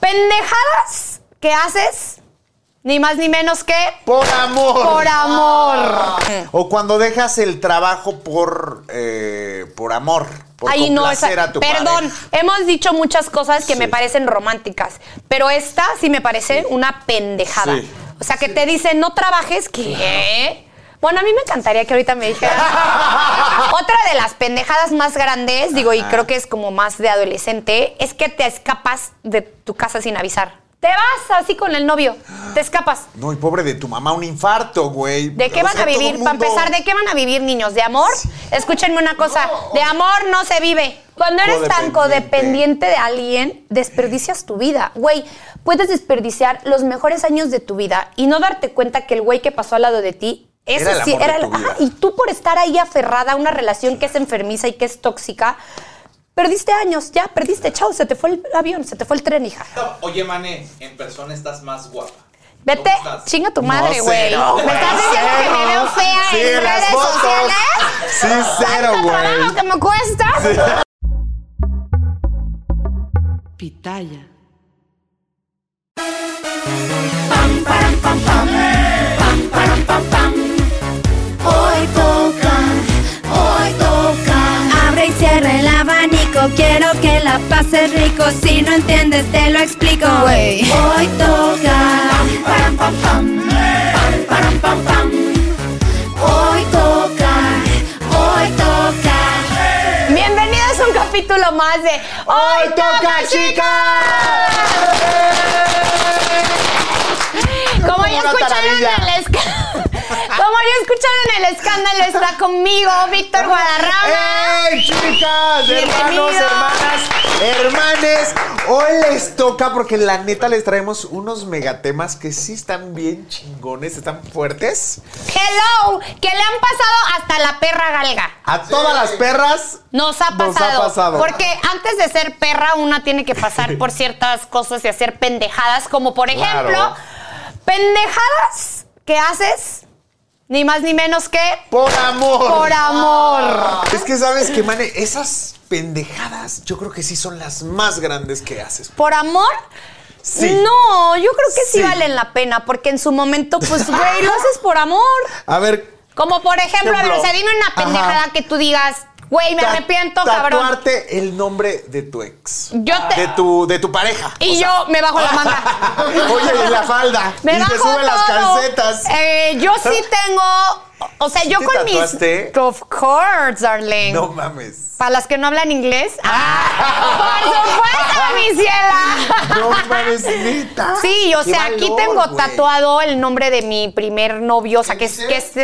pendejadas que haces, ni más ni menos que Por amor. por amor. O cuando dejas el trabajo por, eh, por amor. Por Ahí no es. complacer a tu Perdón, pareja. hemos dicho muchas cosas que me parecen románticas, pero esta sí me parece una pendejada. Sí. O sea, que te dicen, no trabajes, ¿qué? Bueno, a mí me encantaría que ahorita me dijeran. Otra de las pendejadas más grandes, digo, y creo que es como más de adolescente, es que te escapas de tu casa sin avisar. Te vas así con el novio, te escapas. No, y pobre de tu mamá, un infarto, güey. ¿De qué O van sea, a todo vivir? mundo- Para empezar, ¿de qué van a vivir, niños? ¿De amor? Escúchenme una cosa. De amor no se vive. Cuando eres tan Codependiente. codependiente de alguien, desperdicias tu vida. Güey, puedes desperdiciar los mejores años de tu vida y no darte cuenta que el güey que pasó al lado de ti, eso Era el sí, amor de era el- tu vida. Ajá, Y tú por estar ahí aferrada a una relación que es enfermiza y que es tóxica, perdiste años, ya, perdiste, chao, se te fue el avión, se te fue el tren, hija. Oye, Mané, en persona estás más guapa. Vete, ¿Cómo estás? chinga tu No, madre, güey. cero, ¿Me estás güey, diciendo que me cero. veo fea Sí, en en las redes fotos. sociales? Sí, cero, ¿Tanto güey. trabajo que me cuesta? Pitaya. Hoy toca, hoy toca. Abre y cierra el abanico, quiero que la pases rico. Si no entiendes, te lo explico. Hoy toca. Hoy toca, hoy toca. Bienvenidos a un capítulo más de Hoy Toca Chica. Como Como ya una escucharon en taravilla. el escándalo, como ya escucharon en el escándalo está conmigo Víctor Eh, Guadarrama. ¡Hey, chicas! Hermanos, Bienvenidos. hermanas, hermanes. Hoy les toca porque la neta les traemos unos megatemas que sí están bien chingones, están fuertes. Hello, que le han pasado hasta la perra galga. A todas las perras Nos ha pasado. Nos ha pasado. Porque antes de ser perra, una tiene que pasar por ciertas cosas y hacer pendejadas, como por ejemplo, Claro. pendejadas que haces, ni más ni menos que por amor. por amor. Es que sabes que, mane, esas pendejadas yo creo que sí son las más grandes que haces. ¿Por amor? Sí. No, yo creo que sí, Sí. valen la pena, porque en su momento, pues, güey, lo haces por amor. A ver, Como por ejemplo, a ver, Ejemplo. se dime una pendejada Ajá. que tú digas, güey, me ta- arrepiento, cabrón. tatuarte el nombre de tu ex. Yo te- De tu, de tu pareja. Y yo me bajo la manga. Oye, y la falda. Me y bajo te suben las todo. calcetas. Eh, yo sí tengo. O sea, yo te con tatuaste? mis. Of course, darling. No mames. Para las que no hablan inglés. ¡Ah! ¡Por supuesto, mi ciela! No mames, neta. Sí, o Qué sea, aquí valor, tengo güey. tatuado el nombre de mi primer novio. O sea, que ¿Qué es. dice? Que es,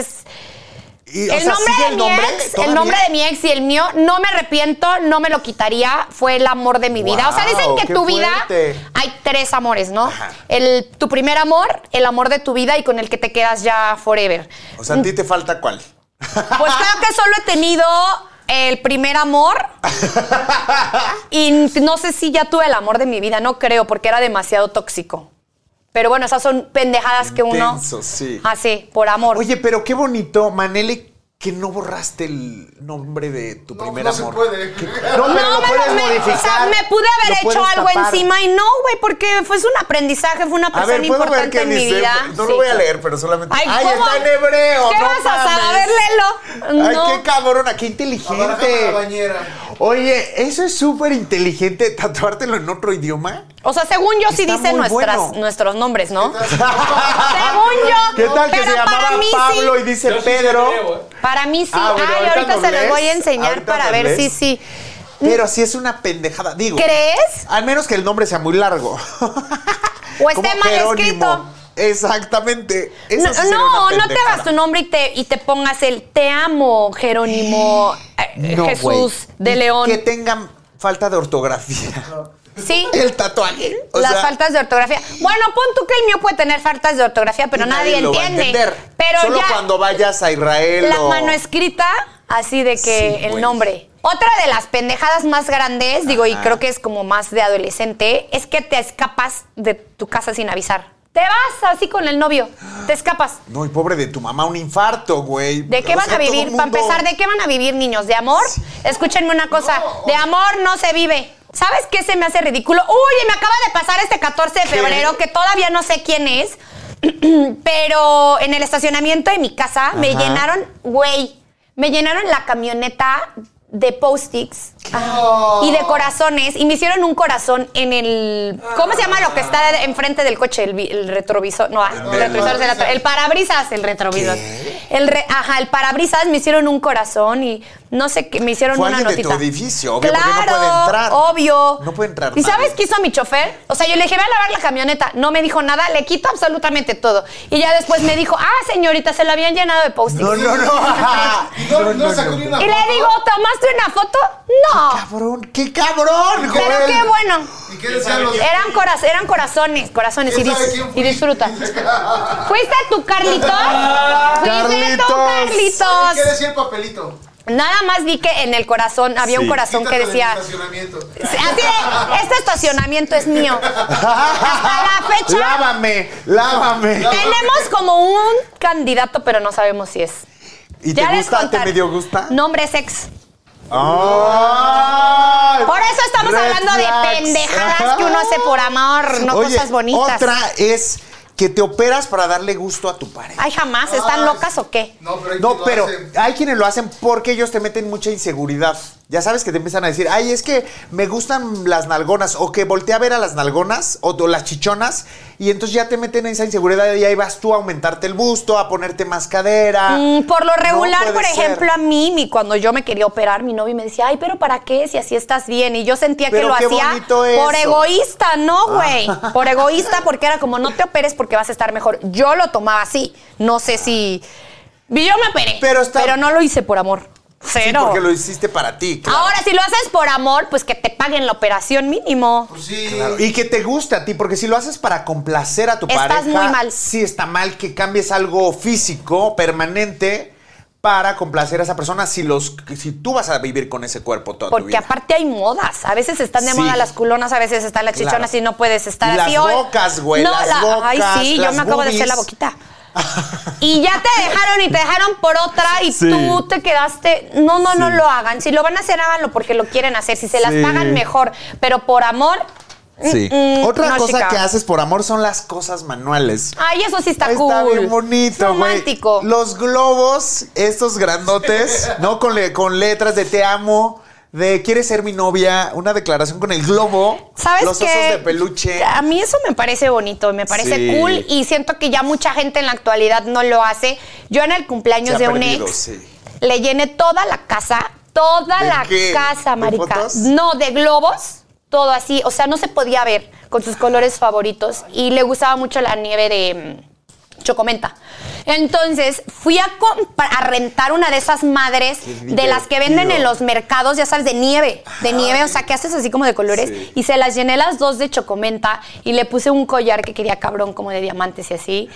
es- Y, o el sea, nombre ¿sigue de el mi nombre ex, el todavía? nombre de mi ex y el mío, no me arrepiento, no me lo quitaría, fue el amor de mi vida. O sea, dicen Guau, que qué tu vida fuerte. hay tres amores, ¿no? Ajá. El, tu primer amor, el amor de tu vida y con el que te quedas ya forever. O sea, a ti te falta cuál. Pues creo que solo he tenido el primer amor. Y no sé si ya tuve el amor de mi vida, no creo, porque era demasiado tóxico. Pero bueno, esas son pendejadas que uno Intenso, sí. hace por amor. Oye, pero qué bonito, Manele, que no borraste el nombre de tu primer amor. No se puede. No, pero lo me- puedes me- modificar. O sea, me pude lo haber hecho puedes algo tapar. encima y no, güey, porque fue un aprendizaje, fue una A persona ver, ¿puedo ver importante qué en mi dice? vida. No Sí. lo voy a leer, pero solamente. Ay, Ay, ¿cómo? está en hebreo. ¿Qué no vas a mames. saber? Léelo. Ay, No. qué cabrona, qué inteligente. Abárrame la bañera. Oye, eso es súper inteligente, tatuártelo en otro idioma. O sea, según yo sí Está dicen muy nuestras, bueno. nuestros nombres, ¿no? según yo. ¿Qué tal que pero se llamaba para mí Pablo sí. y dice Yo sí Pedro? sí creo, ¿eh? Para mí sí. Ah, bueno, Ay, ahorita ahorita nos se los lees, voy a enseñar ahorita para nos ver lees. si sí. Pero sí es una pendejada, digo. ¿Crees? Al menos que el nombre sea muy largo. O esté Como mal escrito. Jerónimo. Exactamente. Eso No, sí sería no, una no te hagas tu pendejada. nombre y te, y te pongas el te amo, Jerónimo eh, No, Jesús güey. de León. Que tengan falta de ortografía. Sí. El tatuaje. o las sea, faltas de ortografía. Bueno, pon tú que el mío puede tener faltas de ortografía, pero y nadie, lo va a entiende. entender. Pero Solo ya cuando vayas a Israel. la o- mano escrita, así de que Sí, el güey. nombre. Otra de las pendejadas más grandes, digo, y creo que es como más de adolescente, es que te escapas de tu casa sin avisar. Te vas así con el novio, te escapas. No, y pobre de tu mamá, un infarto, güey. ¿De qué O van sea, a todo vivir? mundo- Para empezar, ¿de qué van a vivir, niños? ¿De amor? Escúchenme una cosa. De amor no se vive. ¿Sabes qué se me hace ridículo? Uy, y me acaba de pasar este 14 de febrero que todavía no sé quién es, pero en el estacionamiento de mi casa me llenaron, güey, me llenaron la camioneta de post-its ajá, y de corazones y me hicieron un corazón en el... ¿Cómo se llama lo que está enfrente del coche? El, vi- el retrovisor. No, ah, el retrovisor es el atro- El parabrisas, el retrovisor. El re- ajá, el parabrisas me hicieron un corazón y no sé qué, me hicieron Fue una alguien de notita. tu edificio, obvio, porque claro, no puede entrar. obvio. No puede entrar ¿Y nadie. sabes qué hizo mi chofer? O sea, yo le dije, ve a lavar la camioneta. No me dijo nada, le quito absolutamente todo. Y ya después me dijo, ah, señorita, se lo habían llenado de post-its. No, no, no. No, no, sacó ni una Y le digo, ¿tomaste una foto? No. Cabrón, qué cabrón, güey. Pero qué bueno. ¿Y qué decían los.? Eran, coraz- eran corazones, corazones. Y, ¿Quién sabe dis- quién fue? y disfruta. ¿Fuiste tú, Carlitos? ¿Fuiste tú, Carlitos. ¿Qué Carlitos? decía el papelito? Nada más vi que en el corazón había un corazón que Quítate del decía... estacionamiento. Así de, este estacionamiento es mío. Hasta la fecha Lávame, lávame. tenemos como un candidato, pero no sabemos si es. ¿Y Ya te les gusta? ¿Te contaré. medio gusta? Nombre es ex. Ay, Por eso estamos red hablando de flags. pendejadas que uno hace por amor, no Oye, cosas bonitas. Otra es que te operas para darle gusto a tu pareja. Ay, jamás, ¿están locas o qué? No, pero. hay No, quien lo pero hace. hay quienes lo hacen porque ellos te meten mucha inseguridad. Ya sabes que te empiezan a decir, ay, es que me gustan las nalgonas, o que volteé a ver a las nalgonas, o, o las chichonas, y entonces ya te meten esa inseguridad y ahí vas tú a aumentarte el busto, a ponerte más cadera. Mm, por lo Ah, No regular, puede por ser. ejemplo, a mí, mi- cuando yo me quería operar, mi novio me decía, ay, pero ¿para qué? Si así estás bien. Y yo sentía que Pero lo qué hacía bonito por eso. Ah. egoísta, ¿no, güey? Por egoísta, porque era como, no te operes porque vas a estar mejor. Yo lo tomaba así. No sé si... Y Yo me operé, pero, Pero está- no lo hice por amor. Sí, Cero. porque lo hiciste para ti. claro. Ahora, si lo haces por amor, pues que te paguen la operación mínimo. Pues sí. Claro, Y que te guste a ti, porque si lo haces para complacer a tu Estás pareja. muy mal. Sí, está mal que cambies algo físico, permanente, para complacer a esa persona si, los, si tú vas a vivir con ese cuerpo toda tu Porque vida. aparte hay modas. A veces están de Sí. moda las culonas, a veces están las Claro. chichonas y no puedes estar Y las así. Hoy- bocas, güey, las Ay, bocas, sí, yo las me acabo de hacer boobies. la boquita. y ya te dejaron y te dejaron por otra y Sí. tú te quedaste. No, no, no lo hagan. Si lo van a hacer, háganlo porque lo quieren hacer. Si se las Sí. pagan, mejor. Pero por amor. Sí. mm, mm, Otra no, cosa chica. que haces por amor son las cosas manuales. Ay, eso sí Ah, está, cool. Está bien bonito, güey. Romántico. Los globos, estos grandotes, ¿no? Con, le- con letras de te amo, de quieres ser mi novia, una declaración con el globo. ¿Sabes Los qué? Ah, osos de peluche. A mí eso me parece bonito, me parece Sí. cool y siento que ya mucha gente en la actualidad no lo hace. Yo en el cumpleaños Se de ha un perdido, ex sí. le llené toda la casa, toda ¿De la qué? casa, ¿De marica. fotos? No, de globos, todo así, o sea, no se podía ver con sus colores favoritos y le gustaba mucho la nieve de mm, Chocomenta. Entonces fui a, compra- a rentar una de esas madres de las que venden en divertido. los mercados, ya sabes, de nieve, de nieve, o sea, que haces así como de colores. Y se las llené las dos de chocomenta y le puse un collar que quería cabrón, como de diamantes y así.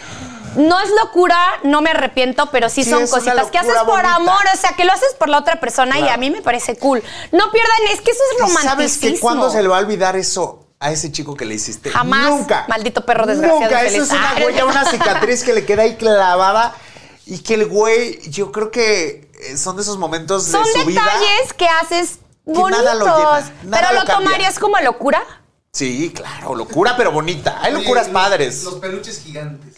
No es locura, no me arrepiento, pero sí, Sí, son es una cositas que haces locura por bonita. amor, o sea, que lo haces por la otra persona y a mí me parece cool. No pierdan, es que eso es ¿Y romanticismo. ¿Sabes que cuándo se le va a olvidar eso a ese chico que le hiciste? Jamás, Nunca. maldito perro desgraciado Nunca. Eso infeliz. es una Ay. huella, una cicatriz que le queda ahí clavada y que el güey, yo creo que eh, son de esos momentos Son de su vida. detalles que haces bonitos, nada lo llena, nada pero lo lo cambia. tomarías como locura. Sí, claro, locura pero bonita. Hay locuras Oye, los- padres. Los peluches gigantes.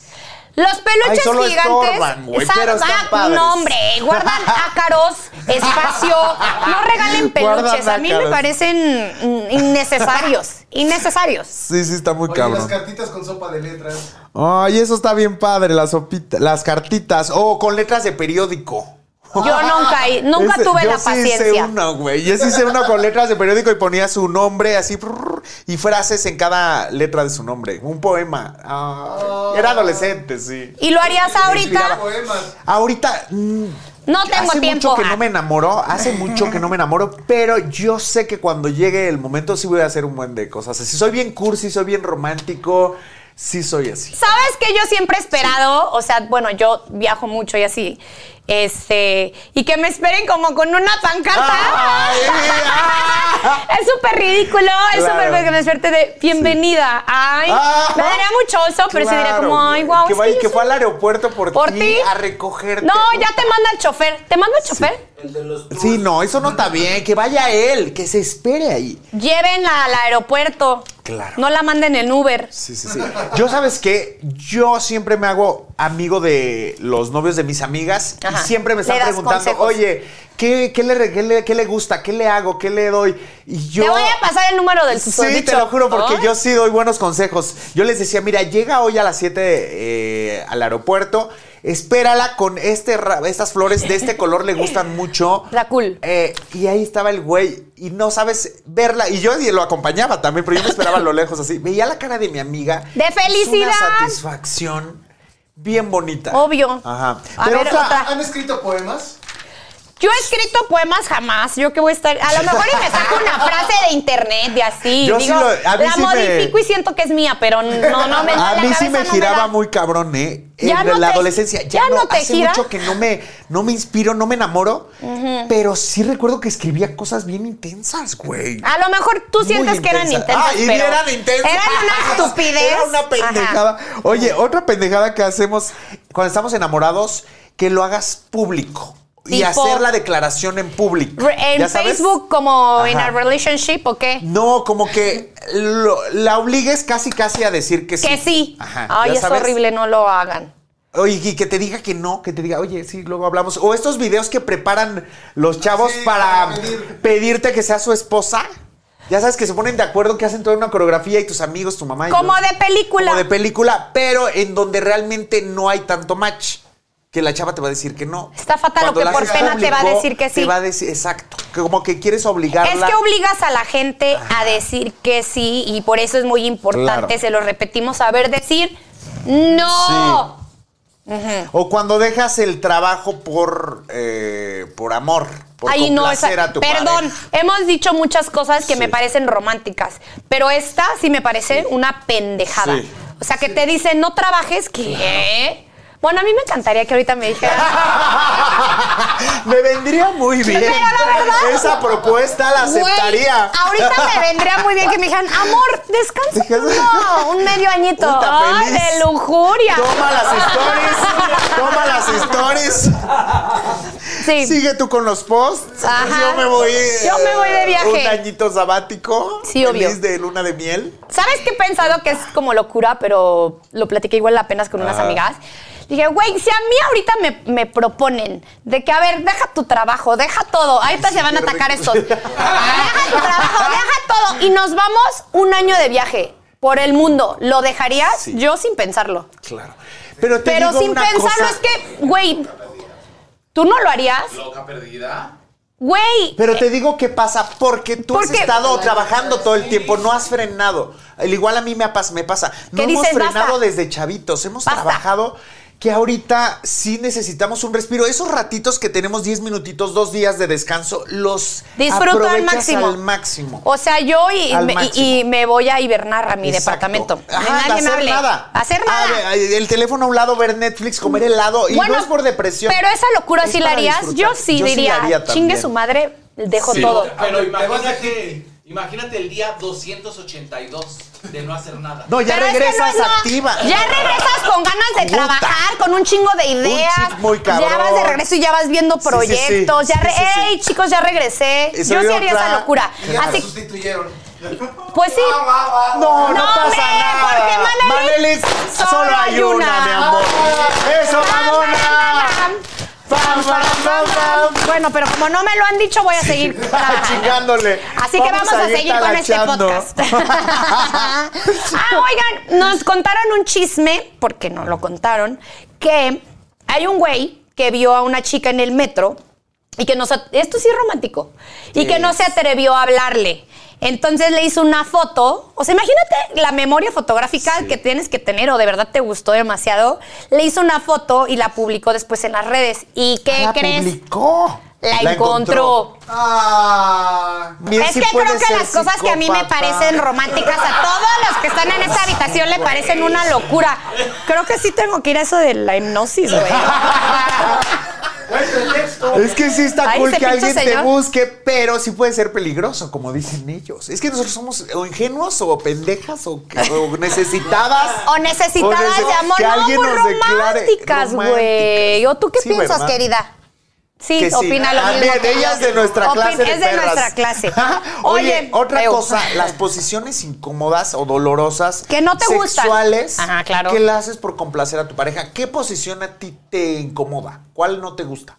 Los peluches Ay, solo gigantes. estorban, güey, Esa- pero están ah, padres. No, hombre, guardan ácaros, espacio. No regalen Guardan peluches. A mí me ácaros. parecen mm, innecesarios. Innecesarios. Sí, sí, está muy Oye, cabrón. las cartitas con sopa de letras. Ay, eso está bien padre, las sopitas, las cartitas. O con letras de periódico. Yo nunca, nunca Ese- tuve yo la Sí hice paciencia. uno, güey. Yo sí hice uno con letras de periódico y ponía su nombre así prrr, y frases en cada letra de su nombre. Un poema. Ay, Era adolescente, sí. ¿Y lo harías ahorita? Poemas. Ahorita. mm, No tengo hace tiempo. mucho que ah. no me enamoro, hace mucho que no me enamoro, pero yo sé que cuando llegue el momento sí voy a hacer un buen de cosas. Si soy bien cursi, soy bien romántico, sí soy así. ¿Sabes que yo siempre he esperado? O sea, bueno, yo viajo mucho y así. Este, y que me esperen como con una pancarta. Ay, ah. es súper ridículo. Es Claro. súper que me suerte de bienvenida. Ay, Ah, me daría mucho oso, pero sí diría claro, como, ay, güey. wow. Que, es vaya- yo que soy- fue al aeropuerto por, ¿Por ti? a recogerte. No, ya te manda el chofer. ¿Te manda el chofer? Sí, no, eso no está bien. Que vaya él, que se espere ahí. Llévenla al aeropuerto. Claro. No la manden en Uber. Sí, sí, sí. Yo, ¿sabes qué? Yo siempre me hago amigo de los novios de mis amigas Ajá. y siempre me Le están das preguntando, consejos. oye, ¿qué, qué le, re- qué le- qué le gusta? ¿Qué le hago? ¿Qué le doy? Y yo... Te voy a pasar el número del susodicho. Sí, te lo juro, porque Ay. yo sí doy buenos consejos. Yo les decía, mira, llega hoy a las 7 eh, al aeropuerto, espérala con este, ra- estas flores de este color, le gustan mucho. La cool. Eh, y ahí estaba el güey, y no sabes verla. Y yo lo acompañaba también, pero yo me esperaba a lo lejos así. Veía la cara de mi amiga. ¡De Es una felicidad! satisfacción bien bonita. Obvio. Ajá. A Pero ver, otra- otra. ¿Han escrito poemas? Yo he escrito poemas jamás. Yo que voy a estar. A lo mejor y me saco una frase de internet y así. Yo sí digo, lo- a mí la sí me- modifico y siento que es mía, pero no, no me. A la mí sí cabeza me no giraba da. muy cabrón, ¿eh? En Ya no la te- adolescencia. Ya, ya no te hace gira. mucho que no me, no me inspiro, no me enamoro. Pero sí recuerdo que escribía cosas bien intensas, güey. A lo mejor Ah, tú Muy sientes que eran intensas. intensas. Ah, y pero eran intensas. Eran una estupidez. Era una Ajá. pendejada. Oye, otra pendejada que hacemos cuando estamos enamorados, que lo hagas público. Y Tipo- hacer la declaración en público. Re- En ¿Ya sabes? Facebook, como en Ajá. a relationship o qué. No, como que lo- la obligues casi casi a decir que sí. Que sí. Ajá, Ay, ¿ya es sabes? horrible, no lo hagan. Oye, y que te diga que no, que te diga, oye, sí, luego hablamos. O estos videos que preparan los chavos Ah, Sí, para para pedir. pedirte que sea su esposa. Ya sabes que se ponen de acuerdo que hacen toda una coreografía y tus amigos, tu mamá. y Como yo. de película. Como de película, pero en donde realmente no hay tanto match. Que la chava te va a decir que no. Está fatal, o Cuando que la por haces pena te va a decir que sí. Te va a decir, exacto. Que como que quieres obligarla. Es que obligas a la gente a decir que sí y por eso es muy importante, Claro. se lo repetimos, saber decir no. O cuando dejas el trabajo por, eh, por amor. Por Ay, no, esa- complacer a tu perdón, pareja. hemos dicho muchas cosas que Sí. me parecen románticas, pero esta sí me parece una pendejada. Sí. O sea, que te dicen, no trabajes, ¿qué? Bueno, a mí me encantaría que ahorita me dijeran, Me vendría muy bien. Pero la verdad- Esa propuesta la "Güey, aceptaría. ahorita me vendría muy bien que me dijeran, amor, descansa Dejas- un, un medio añito. Puta, Ay, feliz. de lujuria. Toma las stories. Toma las stories. Sí. Sigue tú con los posts. Pues Ajá. Yo me voy. Yo me voy de eh, viaje. Un añito sabático. Sí, obvio. Feliz de luna de miel. ¿Sabes qué he pensado que es como locura, pero lo platiqué igual apenas con unas amigas? Dije, güey, si a mí ahorita me, me proponen de que, a ver, deja tu trabajo, deja todo. Ahorita se van a atacar estos. Deja tu trabajo, deja todo. Y nos vamos un año de viaje por el mundo. ¿Lo dejarías? Sí. Yo sin pensarlo. Claro. Pero te Pero digo sin una pensarlo cosa. es que, güey, ¿tú no lo harías? ¿Loca perdida? Güey, Pero te digo qué pasa, porque tú ¿Por has qué? estado trabajando todo el tiempo, no has frenado. Al igual a mí me, pas- me pasa. No ¿Qué hemos dices? frenado Basta. desde chavitos, hemos Basta. trabajado que ahorita sí necesitamos un respiro. Esos ratitos que tenemos 10 minutitos, dos días de descanso, los Disfruto al aprovechas máximo. al máximo. O sea, yo y, Al me, y- máximo. y me voy a hibernar a mi Exacto. departamento. Ajá, Nadie de me hacer hable. nada. Hacer nada. Mm. A ver, el teléfono a un lado, ver Netflix, comer helado. Y no es por depresión. Pero esa locura Es sí la para harías. disfrutar. Yo sí la diría, haría también. chingue su madre, dejo Sí. todo. Pero Te vas de imagínate, imagínate el día 282 de no hacer nada. No, ya Pero es que no regresas es nada. activa. Ya regresas con ganas de Puta. trabajar, con un chingo de ideas. chip muy cabrón. Ya vas de regreso y ya vas viendo sí, sí. proyectos. Ya Sí, re- sí, sí. ¡Ey, chicos, ya regresé! Eso Yo sí había haría otra- esa locura. Y ya te Así, sustituyeron. Pues sí. No, no, pasa hombre, nada. porque Manelik Manelik, solo hay una, mi amor. Ah, Eso, mamona. Pam, pam, pam, pam. Ah, Bueno, pero como no me lo han dicho, voy a seguir trabajando. Chingándole. Ah. Así que vamos, a, seguir con este talachando. podcast. ah, oigan, nos contaron un chisme, porque no lo contaron, que hay un güey que vio a una chica en el metro y que no se, esto sí es romántico, y que no se atrevió a hablarle. Entonces le hizo una foto, o sea, imagínate la memoria fotográfica que tienes que tener o de verdad te gustó demasiado. Le hizo una foto y la publicó después en las redes. ¿Y qué Ah, La crees? publicó. La, encontró. Ah. Bien, es sí que creo puede que ser las cosas que a mí me psicópata. parecen románticas, a todos los que están en esta habitación le parecen una locura. Creo que sí tengo que ir a eso de la hipnosis, güey. Buen pretexto. Es que sí está Ay, cool Ah, ese que pinche alguien te señor. busque, pero sí puede ser peligroso, como dicen ellos. Es que nosotros somos o ingenuos o pendejas o, que- o necesitadas. O necesitadas O nece- de amor, que no, alguien muy nos declare románticas, güey. románticas. ¿O tú qué Sí, piensas, ¿verdad? querida? Sí, Que sí. opina lo También, mismo. que ella yo. es de nuestra Opin- clase de Es de perras. nuestra clase. Oye, otra Leo. cosa, las posiciones incómodas o dolorosas Que no te gustan. sexuales, Ajá, claro. que la haces por complacer a tu pareja. ¿Qué posición a ti te incomoda? ¿Cuál no te gusta?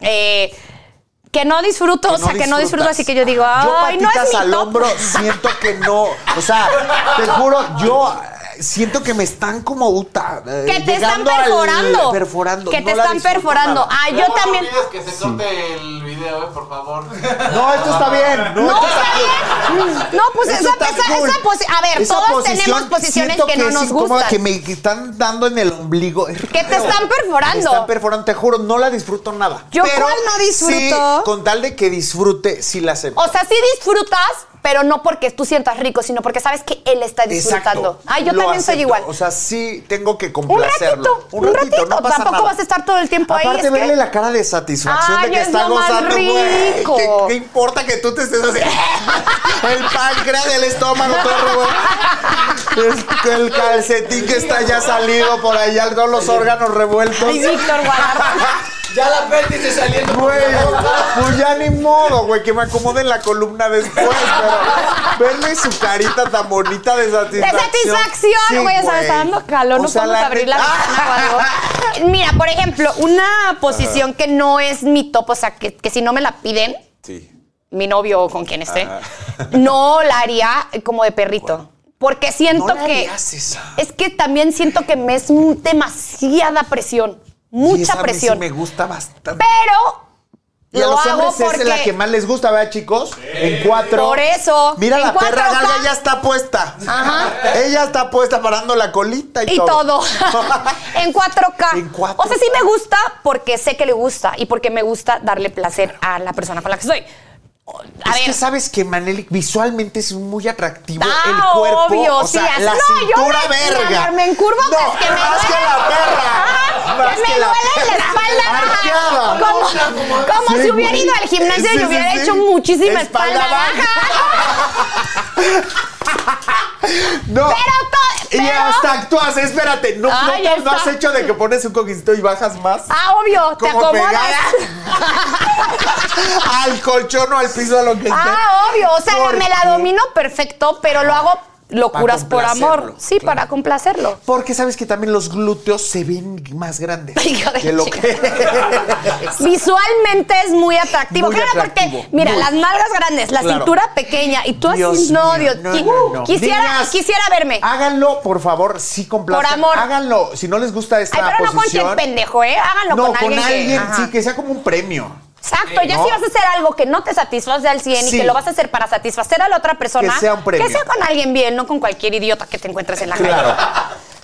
Eh, que no disfruto, o sea, que no disfruto, disfrutas. así que yo digo, Yo ay, no patitas es mi al top". hombro siento que no. O sea, te juro, yo eh, siento que me están como uta. eh, Que te están llegando al- perforando. perforando. Que No te la están disfruto perforando. nada. Ah, yo también. No olvides que se corte el video, eh, por favor. No, esto está bien. No, Ah. No, esto está bien. No, pues Eso esa, está esa- cool. esa posi- A ver, Esa todos posición, tenemos posiciones siento que no es nos incómoda, gustan. que me que están dando en el ombligo. Es Que te raro. están Me perforando. están perforando, te juro, no la disfruto nada. ¿Yo cuál no disfruto? sí, con tal de que disfrute, sí la acepto. O sea, sí disfrutas, pero no porque tú sientas rico, sino porque sabes que él está disfrutando. Exacto. Ay, yo Lo también soy acepto. igual. O sea, sí tengo que un complacerlo. ratito, un ratito. no pasa Tampoco nada. vas a estar todo el tiempo ahí. Aparte, es verle que- la cara de satisfacción Ay, de que es está lo más gozando, güey. rico. ¿Qué, qué importa que tú te estés así? el páncreas, el estómago, todo, güey. Es el calcetín que está ya salido por allá, todos los órganos revueltos. Ay, Víctor Guadarrama. Ya la vértice saliendo. Güey, pues ya ni modo, güey, que me acomoden la columna después, pero verle su carita tan bonita de satisfacción. De satisfacción, güey. o sea, me está dando calor, no podemos abrir la ventana o algo. Mira, por ejemplo, una posición que no es mi top, o sea, que, que si no me la piden, mi novio o con quien esté, no la haría como de perrito. Porque siento No la que. harías esa. Es que también siento que me es un- demasiada presión. Y Mucha esa a mí presión. Sí me gusta bastante. Pero. Y a lo los hago hombres porque... es la que más les gusta, ¿verdad, chicos? En cuatro. Por eso. Mira En la cuatro, perra galga, pa. ella está puesta. Ajá. Ella está puesta parando la colita y, Y todo. en 4K. En 4K. O sea, sí me gusta porque sé que le gusta y porque me gusta darle placer a la persona con la que estoy. O- A es ver. que sabes que Manelik visualmente es muy atractivo Ah, el cuerpo. obvio, o sea, sí, la no, yo cintura me- verga. me encurvo, no, pues, que me más duele. que la Ah, perra. Más que me la duele la perra. espalda. Arqueada. Como, como Sí, si hubiera güey. ido al gimnasio Sí, y sí, hubiera sí. hecho muchísima Espalda espalda, baja. baja. No. Pero to- Y pero- hasta actúas, espérate. No, Ay, no, te- no está. has hecho de que pones un coquito y bajas más. Ah, obvio, te Como acomodas. pegada. al colchón o al piso, a lo que esté. Ah, obvio. O sea, Porque- me la domino perfecto, pero lo hago locuras por amor. complacerlo, Sí, para complacerlo. Porque sabes que también los glúteos se ven más grandes Hijo de que lo chica. que Visualmente es muy atractivo. Muy claro, atractivo, porque, mira, muy. las nalgas grandes, la Claro. cintura pequeña, y tú Dios así, no, mío, Dios, no, qui- no, no. Quisiera, Niñas, quisiera verme. Háganlo, por favor, sí complazcan. Por amor. Háganlo. Si no les gusta esta Ay, pero no con posición. quien pendejo, ¿eh? Háganlo no, con alguien. que- Ajá. sí, que sea como un premio. Exacto, ya ¿no? si vas a hacer algo que no te satisface al 100 Sí. y que lo vas a hacer para satisfacer a la otra persona, Que sea un premio. que sea con alguien bien, no con cualquier idiota que te encuentres en la calle. Claro.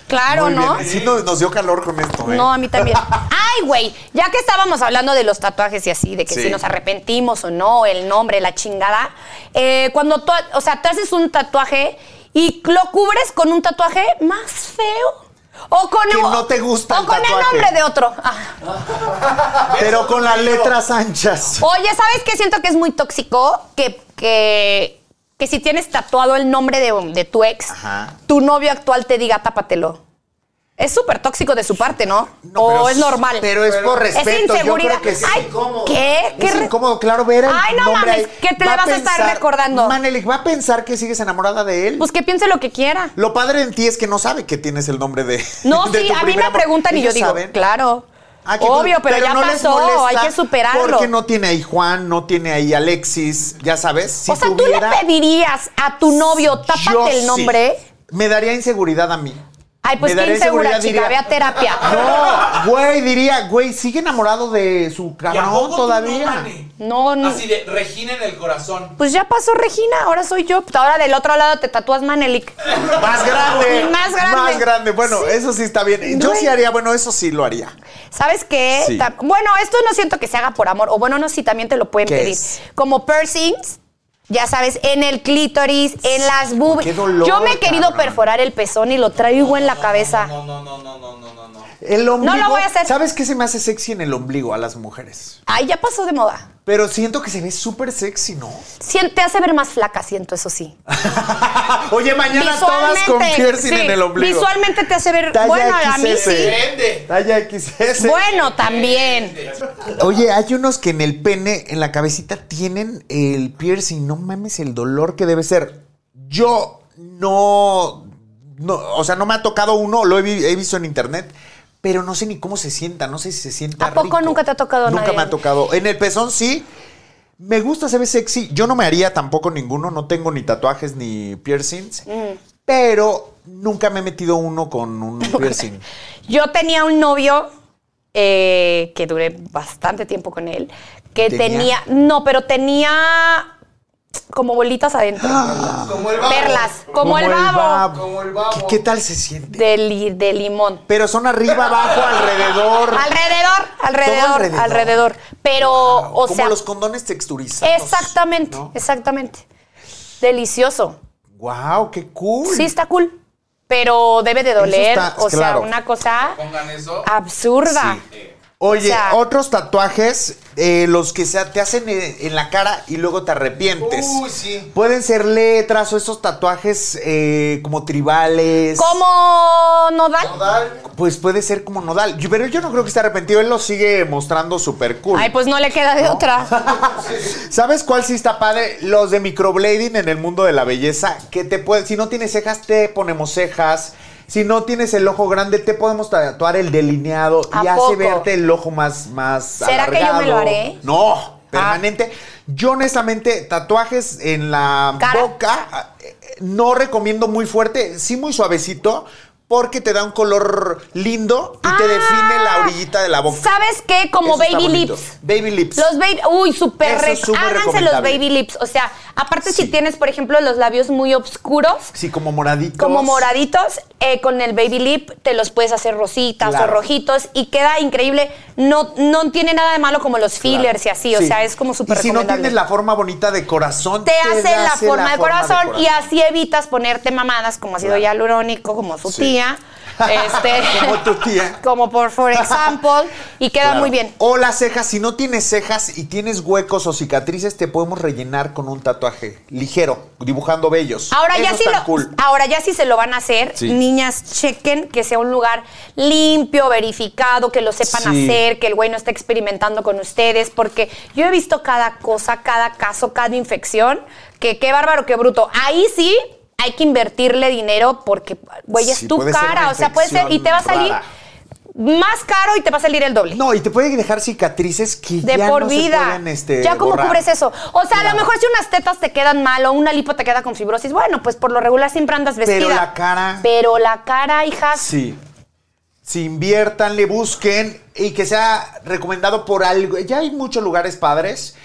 Claro, Muy ¿no? bien. Sí, nos, nos dio calor con esto, ¿eh? No, a mí también. Ay, güey, ya que estábamos hablando de los tatuajes y así, de que Sí. si nos arrepentimos o no, el nombre, la chingada, eh, cuando tú, o sea, te haces un tatuaje y lo cubres con un tatuaje más feo. O con Que o- no te gusta O el con el tatuaje. nombre de otro. Ah. Pero con las letras anchas. Oye, ¿sabes qué? Siento que es muy tóxico que, que, que si tienes tatuado el nombre de, de tu ex, Ajá. tu novio actual te diga tápatelo. Es súper tóxico de su parte, ¿no? o pero Oh, es normal. Pero es por respeto. Es inseguridad. Yo creo que sí. Ay, ¿qué? ¿Qué Es re- incómodo, claro, ver el Ay, no nombre mames, ahí. ¿qué te Va le vas a estar pensar- recordando? Manelik, va a pensar que sigues enamorada de él. Pues que piense lo que quiera. Lo padre en ti es que no sabe que tienes el nombre de. No, de sí, tu a mí primer me amor. preguntan y yo Ellos digo, saben. claro. Ah, que- Obvio, pero, ya no les pasó, molesta hay que superarlo. Porque no tiene ahí Juan, no tiene ahí Alexis, ya sabes. Si o sea, tuviera, ¿tú le pedirías a tu novio yo tápate el sí. nombre? Me daría inseguridad a mí. Ay, pues Me qué daría insegura, inseguridad, chica, diría, ve a terapia. No, güey, diría, güey, sigue enamorado de su poco cabrón tú no, todavía. Mane? No, no. Así de Regina en el corazón. Pues ya pasó Regina, ahora soy yo. Pues Ahora del otro lado te tatúas Manelik. Más grande. Más grande. Más grande. Bueno, eso sí está bien. Yo Güey. sí haría, bueno, eso sí lo haría. ¿Sabes qué? Sí. Tam- Bueno, esto no siento que se haga por amor. O bueno, no, sí, también te lo pueden ¿Qué pedir. es? Como piercings, ya sabes, en el clítoris, en las boobies. qué dolor, Yo me he querido cabrón. perforar el pezón y lo traigo en la cabeza. El ombligo. No lo voy a hacer. ¿Sabes qué se me hace sexy en el ombligo a las mujeres? Ay, ya pasó de moda. Pero siento que se ve súper sexy, ¿no? Sien- te hace ver más flaca, siento, eso sí. Oye, mañana todas con piercing sí, en el ombligo. Visualmente te hace ver. Talla bueno, a mí XS. sí. Talla XS. Bueno, también. Oye, hay unos que en el pene, en la cabecita, tienen el piercing. No mames el dolor que debe ser. Yo no. no o sea, no me ha tocado uno, lo he, vi- he visto en internet. Pero no sé ni cómo se sienta, no sé si se sienta. ¿A poco rico. nunca te ha tocado Nunca nadie? me ha tocado. En el pezón sí. Me gusta, se ve sexy. Yo no me haría tampoco ninguno, no tengo ni tatuajes ni piercings. Mm. Pero nunca me he metido uno con un piercing. Yo tenía un novio eh, que duré bastante tiempo con él, que ¿Tenía? tenía, no, pero tenía como bolitas adentro. Como el babo. Perlas, como, el babo, Como el babo. ¿Qué, qué tal se siente? De, li- de limón. Pero son arriba, abajo, alrededor. Alrededor, alrededor, alrededor. alrededor, Pero, o como sea, los condones texturizados. exactamente, exactamente. Delicioso. Wow, qué cool. Sí, está cool. Pero debe de doler, está- o sea, claro. una cosa Pongan eso. absurda. Oye, o sea- otros tatuajes, eh, los que se, te hacen en, en la cara y luego te arrepientes. Uy, sí. Pueden ser letras o esos tatuajes eh, como tribales. Como nodal. Nodal. Pues puede ser como nodal. Yo- Pero yo no creo que esté arrepentido. Él lo sigue mostrando súper cool. Ay, pues no le queda de otra. ¿Sabes cuál sí está padre? Los de microblading en el mundo de la belleza, que te puede, si no tienes cejas, te ponemos cejas. Si no tienes el ojo grande, te podemos tatuar el delineado ¿A y hace poco? verte el ojo más, más ¿Será que yo alargado. me lo haré? Ah. No, permanente. Yo honestamente, tatuajes en la Cara. boca eh, eh, no recomiendo muy fuerte, sí muy suavecito, porque te da un color lindo y te Ah. define la orillita de la boca. ¿Sabes qué? Como Eso está baby bonito. lips. Baby lips. Los baby, uy, súper Eso es rec- súper Háganse los recomendable. baby lips. O sea, aparte Sí. si tienes, por ejemplo, los labios muy oscuros, Sí, como moraditos. como moraditos, eh, con el baby lip te los puedes hacer rositas Claro. o rojitos y queda increíble. No, no tiene nada de malo como los fillers y así. O Sí. sea, es como súper Y si no recomendable. tienes la forma bonita de corazón, te hace la hace forma de corazón, y corazón. así evitas ponerte mamadas como ácido Claro. hialurónico, como su Sí. tía. Este, Como tu tía. Como por, for example. Y queda Claro. muy bien. O las cejas, si no tienes cejas y tienes huecos o cicatrices, te podemos rellenar con un tatuaje ligero, dibujando bellos. Ahora Eso ya, sí está lo, cool. ahora ya sí se lo van a hacer, Sí. niñas, chequen que sea un lugar limpio, verificado, que lo sepan Sí. hacer, que el güey no esté experimentando con ustedes, porque yo he visto cada cosa, cada caso, cada infección, que qué bárbaro, qué bruto. Ahí sí hay que invertirle dinero porque, güey, es Sí, tu puede ser cara. una O sea, puede ser. Y te va a salir rara. más caro y te va a salir el doble. No, y te puede dejar cicatrices que De ya por no se vida. pueden, este, ya como borrar. cubres eso. O sea, a Claro. lo mejor si unas tetas te quedan mal o una lipo te queda con fibrosis, bueno, pues por lo regular siempre andas vestida. Pero la cara- Pero la cara, hijas. Sí. Si inviertan, le busquen y que sea recomendado por algo. Ya hay muchos lugares padres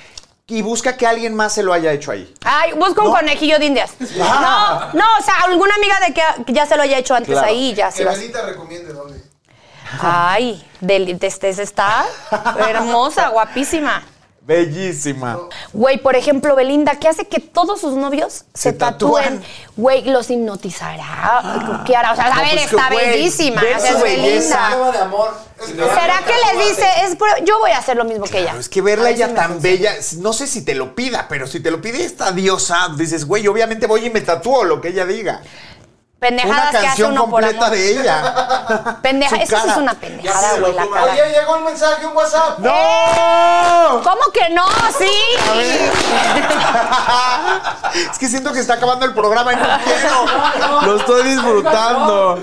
y busca que alguien más se lo haya hecho ahí. Ay, busca un conejillo de indias. Ah. No, no, o sea, alguna amiga de que que ya se lo haya hecho antes Claro. ahí, ya se vas. recomiende dónde. Ay, del, de, de- está hermosa, guapísima. Bellísima. Oh. Güey, por ejemplo, Belinda, ¿qué hace que todos sus novios se, Se tatúan. tatúen? Güey, los hipnotizará. ¿Qué hará? O sea, a No, ver, pues que, está güey, bellísima. ve o sea, su es belleza. Belinda. de amor. ¿Será que les dice, es pura- yo voy a hacer lo mismo que ella? Pero es que verla ya tan bella, no sé si te lo pida, pero si te lo pide esta diosa, dices, güey, obviamente voy y me tatúo lo que ella diga. Pendejadas una que hace canción uno por completa amor. de ella. Pendeja, Su eso sí cara. es una Ya pendejada, se güey, la cara. ¡Eh! Oye, llegó un mensaje, un WhatsApp. ¡No! ¿Cómo que no? Sí. Es que siento que está acabando el programa y no quiero. Lo estoy disfrutando.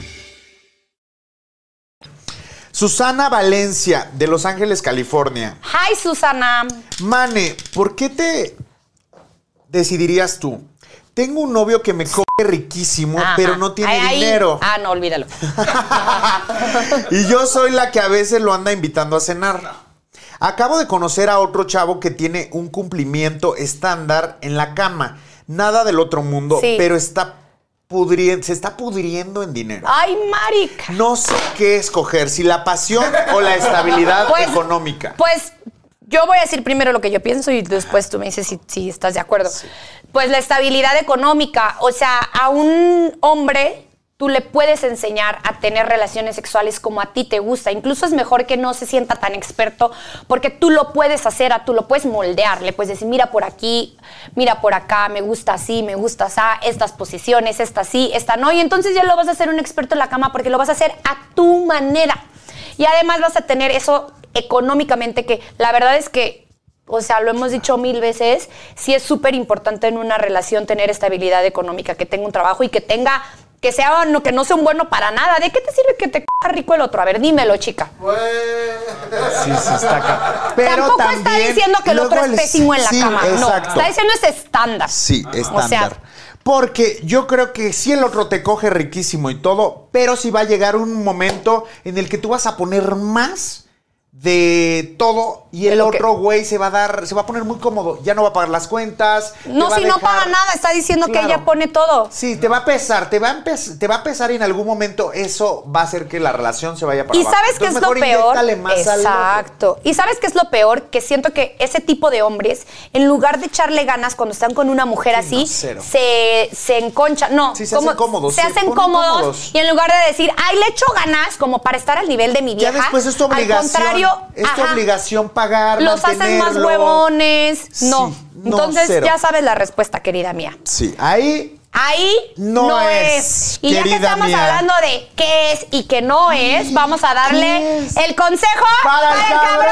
Susana Valencia, de Los Ángeles, California. Hi, Susana. Mane, ¿por qué te decidirías tú? Tengo un novio que me coge riquísimo, Ajá. pero no tiene Ahí- ahí- dinero. Ah, no, olvídalo. Y yo soy la que a veces lo anda invitando a cenar. Acabo de conocer a otro chavo que tiene un cumplimiento estándar en la cama. Nada del otro mundo, Sí. pero está pudriendo, se está pudriendo en dinero. Ay, marica. No sé qué escoger, si la pasión o la estabilidad Pues- económica. Pues yo voy a decir primero lo que yo pienso y después tú me dices si, si estás de acuerdo. Pues la estabilidad económica, o sea, a un hombre tú le puedes enseñar a tener relaciones sexuales como a ti te gusta. Incluso es mejor que no se sienta tan experto porque tú lo puedes hacer, a- tú lo puedes moldear, le puedes decir, mira por aquí, mira por acá, me gusta así, me gusta así, estas posiciones, esta sí, esta no. Y entonces ya lo vas a hacer un experto en la cama porque lo vas a hacer a tu manera. Y además vas a tener eso económicamente, que la verdad es que, o sea, lo hemos dicho mil veces, sí es súper importante en una relación tener estabilidad económica, que tenga un trabajo y que tenga, que sea, no, que no sea un bueno para nada. ¿De qué te sirve que te coja rico el otro? A ver, dímelo, chica. Sí, sí, está acá. Pero Tampoco está también, diciendo que el luego otro es el- pésimo en la sí, cama. No, exacto. está diciendo es estándar. Sí, estándar. O sea, porque yo creo que si el otro te coge riquísimo y todo, pero si va a llegar un momento en el que tú vas a poner más de todo y el lo que- otro güey se va a dar, se va a poner muy cómodo, ya no va a pagar las cuentas. te no, va a si no dejar- paga nada, está diciendo Claro. que ella pone todo. Sí, te va a pesar, te va a, empe- te va a pesar y en algún momento eso va a hacer que la relación se vaya para Y abajo. sabes qué es Entonces, lo mejor peor. inyéctale más al otro. Exacto. Y sabes qué es lo peor, que siento que ese tipo de hombres, en lugar de echarle ganas cuando están con una mujer Sí, no, así, cero. se, se enconchan. No, Sí, se hacen cómodos, Se se hacen ponen cómodos, cómodos. Y en lugar de decir, ay, le echo ganas como para estar al nivel de mi Ya vieja. después es tu obligación. Al contrario, es tu ajá, obligación pagar. los haces más mantenerlo. huevones. No. Sí, no, Entonces cero. ya sabes la respuesta, querida mía. Sí, ahí Ahí no, No es. es, Y ya que querida estamos mía. hablando de qué es y qué no es, vamos a darle el consejo para el cabrón.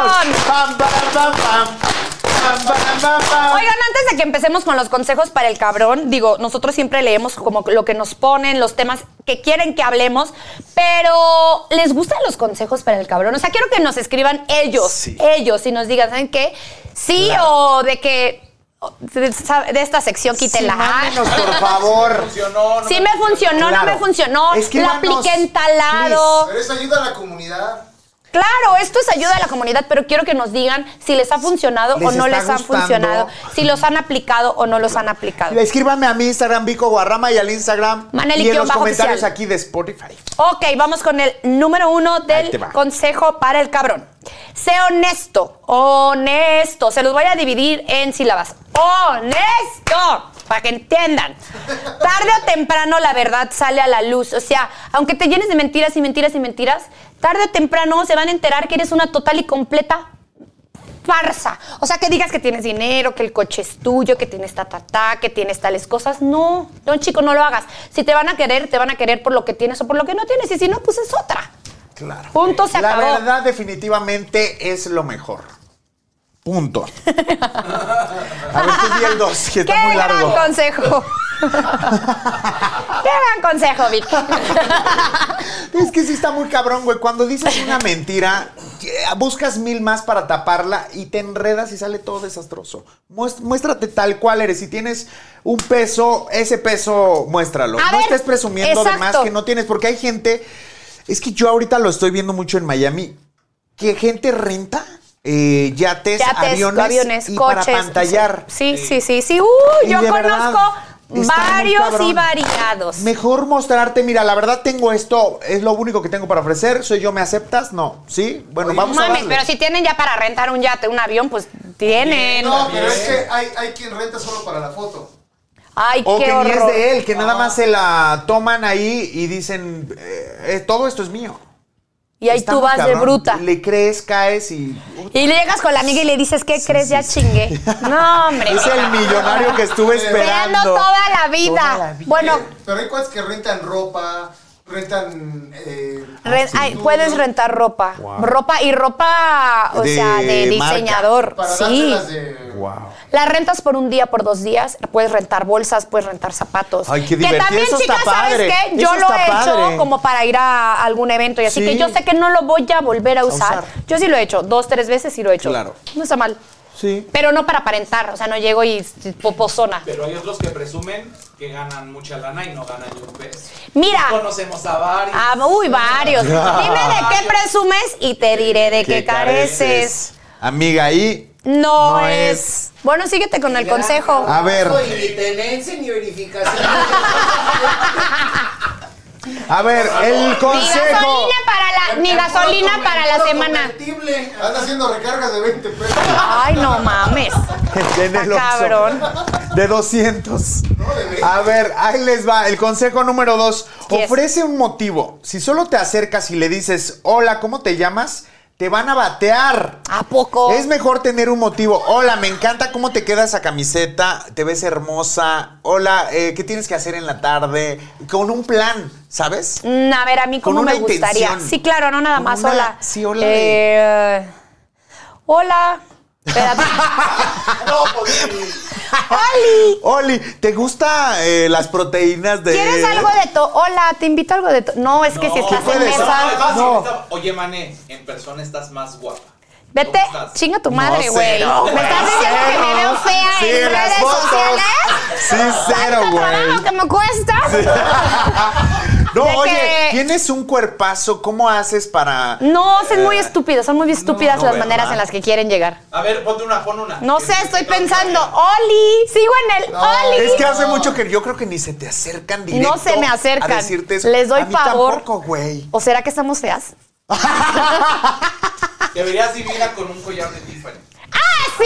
cabrón. Pam, pam, pam, pam. Pam, pam, pam, pam. Oigan, antes de que empecemos con los consejos para el cabrón, digo, nosotros siempre leemos como lo que nos ponen, los temas que quieren que hablemos, pero ¿les gustan los consejos para el cabrón? O sea, quiero que nos escriban ellos, ellos, y nos digan, ¿saben qué? Sí o de que de esa- de esta sección quítenla. mándenos, por favor. Funcionó, Sí me funcionó, no Claro. me funcionó. Es que la manos, apliqué en talado. Pero eso ayuda a la comunidad. Claro, esto es ayuda a la comunidad, pero quiero que nos digan si les ha funcionado ¿Les o no está les ha gustando? funcionado, si los han aplicado o no los han aplicado. Escríbame a mi Instagram, Vico Guarrama, y al Instagram. Maneli, y en guión los bajo comentarios oficial. aquí de Spotify. Ok, vamos con el número uno Ahí del te va. consejo para el cabrón. Sé honesto, honesto. Se los voy a dividir en sílabas. Honesto, para que entiendan. Tarde o temprano la verdad sale a la luz. O sea, aunque te llenes de mentiras y mentiras y mentiras, tarde o temprano se van a enterar que eres una total y completa farsa. O sea, que digas que tienes dinero, que el coche es tuyo, que tienes ta, ta, ta, que tienes tales cosas. No, don chico, no lo hagas. Si te van a querer, te van a querer por lo que tienes o por lo que no tienes. Y si no, pues es otra. Claro. Punto, se La acabó. verdad definitivamente es lo mejor. Punto. A ver, tú di el 2, que ¡Qué está muy gran largo. consejo! ¡Qué gran consejo, Vic! Es que sí está muy cabrón, güey. Cuando dices una mentira, eh, buscas mil más para taparla y te enredas y sale todo desastroso. Muest- Muéstrate tal cual eres. Si tienes un peso, ese peso, muéstralo. A no ver, estés presumiendo de más exacto. que no tienes, porque hay gente. Es que yo ahorita lo estoy viendo mucho en Miami. Que gente renta eh, yates, Yates, aviones, aviones, y coches. para pantallar. Sí, sí, sí, sí. Uh, Y yo de verdad, conozco está muy varios y cabrón. variados. Mejor mostrarte, mira, la verdad tengo esto, es lo único que tengo para ofrecer, soy yo, ¿me aceptas? No, ¿sí? Bueno, vamos a Mames, darle. pero si tienen ya para rentar un yate, un avión, pues tienen. No, pero es que hay, hay quien renta solo para la foto. Ay, O qué que ni es horror. de él, que nada más se la toman ahí y dicen, eh, eh, todo esto es mío. Y ahí Está tú muy vas de cabrón. bruta. Le crees, caes y... Y le llegas con la amiga y le dices, ¿qué crees? ya chingué. No, hombre. Es el millonario que estuve Esperando esperando. toda la vida. Toda la vida. Bueno, Pero hay cuates que rentan ropa, rentan. eh, re- ay, puedes rentar ropa. Ah, Wow. Ropa y ropa, o De sea, de marca. diseñador. Para sí. dárselas de. Wow. Las rentas por un día, por dos días. Puedes rentar bolsas, puedes rentar zapatos. Ay, qué Que divertido. también, Eso está chicas, ¿sabes padre. qué? Yo Eso lo he está hecho padre. como para ir a algún evento y así Sí. que yo sé que no lo voy a volver a usar. usar. Yo sí lo he hecho, dos, tres veces sí lo he hecho. Claro. No está mal. Sí. Pero no para aparentar, o sea, no llego y popozona. Pero hay otros que presumen que ganan mucha lana y no ganan ni un peso. Mira. Conocemos a varios. Ah, uy, varios. Dime de qué presumes y te diré de qué, careces. Amiga, ahí... No, No es. es. Ah, Bueno, síguete con el consejo. A ver, ni tenencia ni verificación. a ver, el Ni gasolina consejo... para la, ni gasolina para la semana. Anda haciendo recargas de 20 pesos. Ay, no mames. En el Oxxo. Cabrón. De 200. A ver, ahí les va. El consejo número dos. Yes. Ofrece un motivo. Si solo te acercas y le dices, hola, ¿cómo te llamas? Te van a batear. ¿A poco? Es mejor tener un motivo. Hola, me encanta cómo te queda esa camiseta. Te ves hermosa. Hola, eh, ¿qué tienes que hacer en la tarde? Con un plan, ¿sabes? Mm, a ver, a mí Con cómo una me gustaría. intención. Sí, claro, no nada Con más. una- hola. sí, hola Eh, hola. Espérate. ¡Oli! Oli, ¿te gustan las proteínas de.? ¿Quieres algo de to? Hola, te invito a algo de to. No, es que si estás en puede ser. mesa. No, Fácil, No. está- Oye, Mané, en persona estás más guapa. Vete, ¿Cómo estás? chinga tu No madre, sé, güey. no, ¿Me güey, estás diciendo que me cero. veo fea Sí, en en las redes fotos. sociales? Sí, cero, ¿Tanto güey. trabajo que me cuesta? No, De oye, que- tienes un cuerpazo. ¿Cómo haces para.? No, son muy estúpidas, son muy estúpidas no, las ¿verdad? maneras en las que quieren llegar. A ver, ponte una, pon una. No sé, estoy pensando, Oli, sigo en el Oli. Es que hace mucho que yo creo que ni se te acercan directo. No se me acercan. A decirte eso. Les doy a mí pavor. tampoco, güey. ¿O será que estamos feas? Deberías vivirla con un collar de Tiffany. ¡Ah, sí!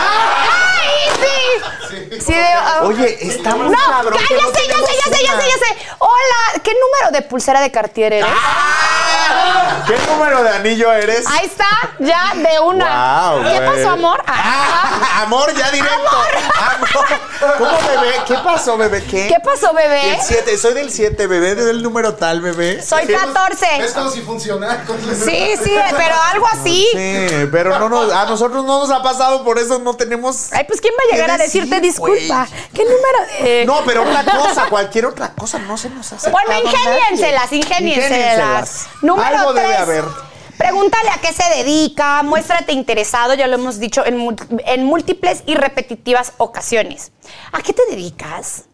¡Ay, sí! Sí, de- ah, Ah. Oye, está muy No, cabrón ya, que ya no sé, ya sé, tenemos ya sé, ya una. Ah. sé, ya sé. Hola, ¿qué número de pulsera de Cartier eres? ¿Qué número de anillo eres? Ahí está, ya de una. Guau, ¿Qué güey. pasó, amor? Ah, Ah, amor, ya directo. Amor. ¿Cómo, bebé? ¿Qué pasó, bebé? ¿Qué? ¿Qué pasó, bebé? El 7, soy del 7, bebé, del número tal, bebé. ¿Eh? Soy Es 14. como si funcionara. con- Sí, sí, pero algo así. Sí, pero no nos, a nosotros no nos ha pasado, por eso no tenemos. Ay, pues ¿quién va a llegar ¿Qué a decirte decir, güey? disculpa? ¿Qué número de...? No, pero otra cosa, cualquier otra cosa no se nos hace. Bueno, ingénienselas, ingénienselas. Número Algo debe tres. haber. Pregúntale a qué se dedica, muéstrate interesado, ya lo hemos dicho en, mu- en múltiples y repetitivas ocasiones. ¿A qué te dedicas?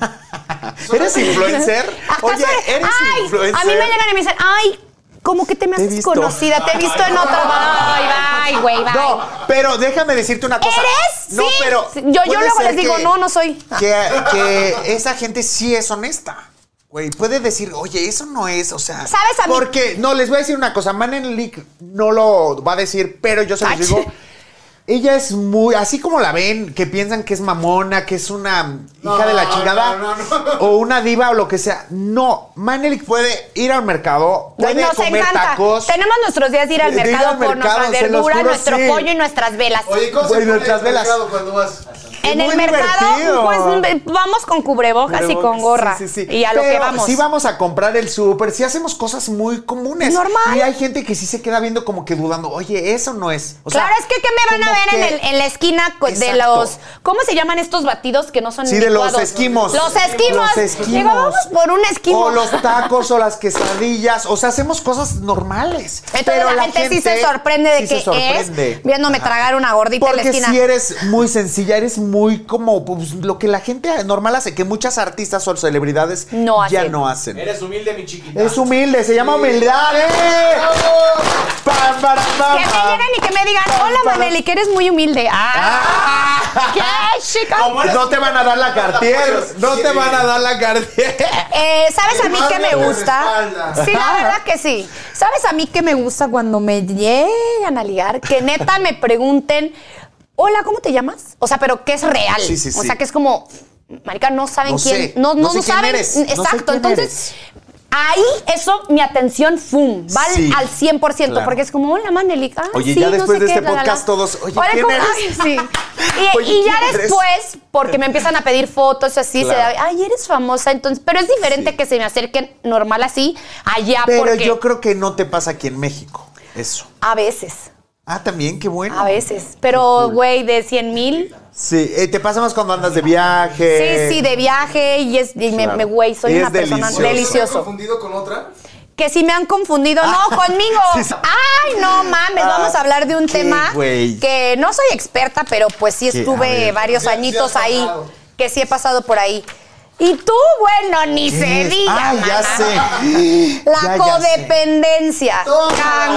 ¿Eres influencer? Oye, ¿eres Ay, influencer? A mí me llegan y me dicen, ay, ¿cómo que te me Te he haces visto. conocida? Te he visto en otro. Bye, bye, güey, bye. No, pero déjame decirte una cosa. ¿Eres? No, Sí. pero. Sí, yo- yo puede luego ser les digo, que- no, no soy. Que, que esa gente sí es honesta. Güey, puede decir, oye, eso no es, o sea. ¿Sabes a mí? Porque, no, les voy a decir una cosa. Manen Leak no lo va a decir, pero yo se los Ach. digo. Ella es muy. Así como la ven, que piensan que es mamona, que es una hija de la chingada. no, no, no. O una diva o lo que sea. No, Manelik puede ir al mercado, Güey, puede Nos comer encanta. tacos. Tenemos nuestros días de ir al De ir mercado al por mercado, nuestra se los verdura, juro, nuestro sí. pollo y nuestras velas. Oye, ¿cómo se Güey, pone nuestras el velas. mercado cuando vas? en muy el mercado, divertido. pues vamos con cubrebocas y con gorra. Sí, sí, sí. Y a lo Pero que vamos. Sí, vamos a comprar el súper. Sí, hacemos cosas muy comunes. Normal. Y hay gente que sí se queda viendo como que dudando. Oye, eso no es. O sea, claro, es que ¿qué me van a ver como en, que- el- en la esquina co- de Exacto. los... ¿Cómo se llaman estos batidos que no son Sí, de los licuados? esquimos. Los esquimos. Los esquimos. Digo, vamos por un esquimo. O los tacos o las quesadillas. O sea, hacemos cosas normales. Entonces Pero la, gente, sí se sorprende de sí que se sorprende. es viéndome Ajá. tragar una gordita en la Porque esquina. si eres muy sencilla, eres muy como pues, lo que la gente normal hace, que muchas artistas o celebridades No ya hacen. no hacen. Eres humilde, mi chiquita. Es humilde, se llama humildad, ¿eh? Pam, para, pam, Que me pam. lleguen y que me digan, hola Maneli, que eres muy humilde. Ah, ¿Qué, chica? No te van a dar la cartier, no te van a dar la cartier. Eh, ¿Sabes a mí Más qué bien me por gusta? espalda. Sí, la verdad que sí. ¿Sabes a mí qué me gusta cuando me llegan a ligar? Que neta me pregunten, hola, ¿cómo te llamas? O sea, pero que es real. Sí, sí, O sí. sea, que es como, marica, no saben No quién. sé, no, no, no sé no quién saben. eres, no sé Exacto. quién Entonces, eres. ahí eso, mi atención, ¡fum! Va al- Sí, al 100%, claro. porque es como, hola, Maneli. Ah, Oye, sí, ya no después sé de qué, este la, la, la". podcast todos, "Oye, Hola, ¿quién ¿cómo- eres?" ay, sí. Y, Oye, y ya ¿quién eres? después porque me empiezan a pedir fotos y así, se Claro. da, ay, eres famosa, entonces, pero es diferente que se me acerquen normal así allá Pero porque yo creo que no te pasa aquí en México, eso. a veces, Ah, también, qué bueno. a veces, pero güey, de 100 mil, Sí, eh, te pasa más cuando andas de viaje. sí, sí, de viaje y, es, y me- Eh. Claro. me, güey, soy Es una persona delicioso. ¿Estás delicioso. confundido con otra? Que si me han confundido, no, conmigo. Ah, Sí, sí. Ay, no mames, vamos a hablar de un qué tema güey. que no soy experta, pero pues sí Qué- a estuve ver. varios Sí, sí añitos has ahí, pasado. que sí he pasado por ahí. Y tú, bueno, ni ¿Qué se es? diga. Ah, ya maná. sé. La Ya, ya sé. codependencia. Toma. Can,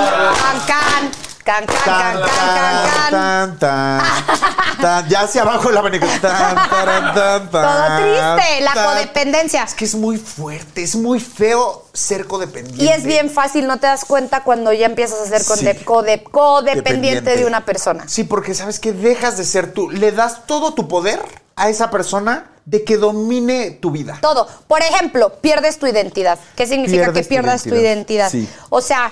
can, can, can, can, can, can, can. Tan, tan, tan. Ya hacia abajo el abanico. Tan, taran, tan, tan, Todo triste, la tan. codependencia. Es que es muy fuerte, es muy feo ser codependiente. Y es bien fácil, no te das cuenta cuando ya empiezas a ser conde- Sí. code- codependiente Dependiente. de una persona. Sí, porque sabes que dejas de ser tú. Le das todo tu poder a esa persona de que domine tu vida. Todo. Por ejemplo, pierdes tu identidad. ¿Qué significa Pierdes que tu pierdas tu identidad? identidad? Sí. O sea,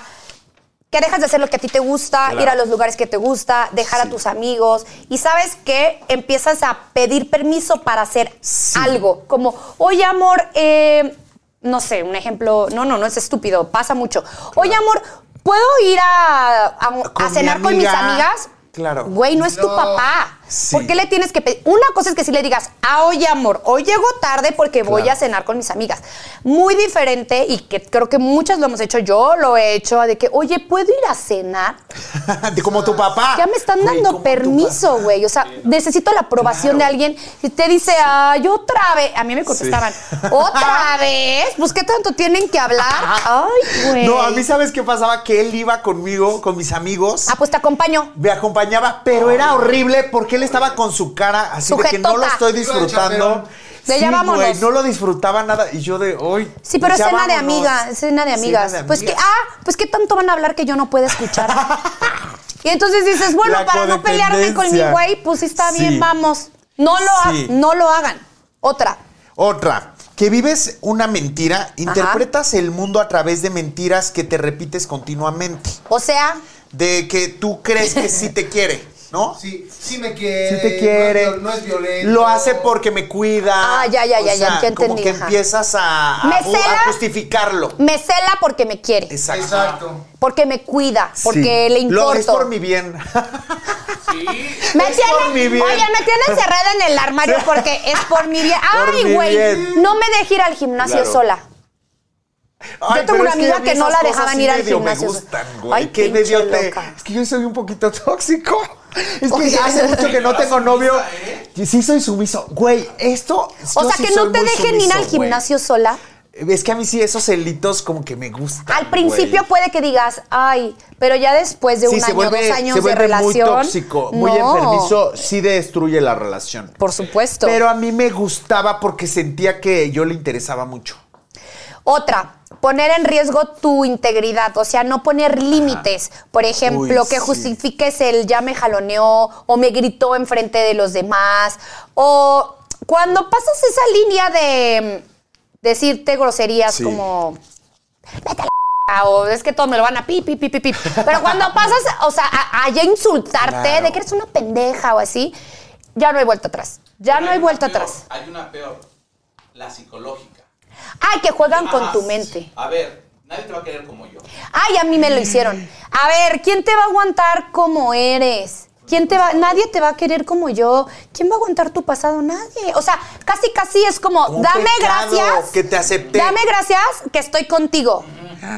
que dejas de hacer lo que a ti te gusta, ir a los lugares que te gusta, dejar a tus amigos. Y sabes que empiezas a pedir permiso para hacer algo. Como, oye, amor, eh, no sé, un ejemplo. No, no, no es estúpido, pasa mucho. Oye, amor, ¿puedo ir a, a- a Con mi cenar con mis amiga. amigas? Claro. Güey, no es tu No. papá. Sí. ¿Por qué le tienes que pedir? Una cosa es que si le digas, ah, oye, amor, hoy llego tarde porque voy Claro. a cenar con mis amigas. Muy diferente y que creo que muchas lo hemos hecho. Yo lo he hecho de que, oye, ¿puedo ir a cenar? De como tu papá. Ya me están Ah, Güey, dando como tu permiso, papá. güey. O sea, necesito la aprobación Claro. de alguien. Si te dice, ay, otra vez. A mí me contestaban, ¿otra vez? Pues, ¿qué tanto tienen que hablar? Ay, güey. No, a mí sabes qué pasaba, que él iba conmigo, con mis amigos. Ah, pues te acompaño. me acompañaba, pero era horrible porque él estaba con su cara así de que no lo Sujetota. estoy Iba de disfrutando. chaperón. De ya vámonos. güey, no lo disfrutaba nada. Y yo de hoy. Sí, pero es ya cena de vámonos". amiga, es cena de amigas. Cena de Pues que, amigas. ah, pues qué tanto van a hablar que yo no puedo escuchar. y entonces dices, bueno, La para no pelearme con mi codependencia. güey, pues sí está Sí. bien, vamos. No lo, ha- Sí. no lo hagan. Otra. Otra. Que vives una mentira, interpretas el mundo a través de mentiras que te repites continuamente. O sea, De que tú crees que sí te quiere, ¿no? Sí, sí me quiere. Si te No quiere. es, viol- no es violento. Lo hace porque me cuida. Ah, ya, ya, O ya, ya, sea, ya entendí, Como que ajá. empiezas a, a ¿Me bu- cela? a justificarlo. me cela porque me quiere. Exacto. Exacto. Porque me cuida, porque Sí. le Lo importo. es por mi bien. me es por mi tiene, bien. oye, me tiene encerrada en el armario Sí. porque es por mi bien. Por Ay, mi güey, bien. no me deje ir al gimnasio Claro. sola. yo tengo pero una es amiga a mí que, no esas la cosas dejaban sí ir al medio gimnasio. me gustan, güey. Qué pinche medio te- loca. Es que yo soy un poquito tóxico. Es que Oye. hace mucho que no tengo novio. Y Sí soy sumiso. Güey, esto... O yo sea, sí que no soy te muy dejen ir al sumiso, güey. gimnasio sola. Es que a mí sí esos helitos como que me gustan. Al principio güey. puede que digas, ay, pero ya después de un Sí, año, se vuelve, dos años se de vuelve relación. muy tóxico, muy no. enfermizo, sí destruye la relación. Por supuesto. Pero a mí me gustaba porque sentía que yo le interesaba mucho. Otra, poner en riesgo tu integridad, o sea, no poner límites. Por ejemplo, Uy, que sí. justifiques el ya me jaloneó o me gritó enfrente de los demás. O cuando pasas esa línea de mm, decirte groserías Sí. como "Vete a la c***", o es que todos me lo van a pi, pi, pi, pi, pi. Pero cuando pasas, o sea, a, a ya insultarte Claro. de que eres una pendeja o así, ya no hay vuelta atrás. Ya no hay vuelta Peor, atrás. Hay una peor, la psicológica. Ay, que juegan con Ah, tu sí. mente. A ver, nadie te va a querer como yo. Ay, a mí me lo hicieron. A ver, ¿quién te va a aguantar como eres? ¿Quién te va? Nadie te va a querer como yo. ¿Quién va a aguantar tu pasado? Nadie. O sea, casi casi es como, Un dame pecado gracias. Que te acepté. Dame gracias que estoy contigo.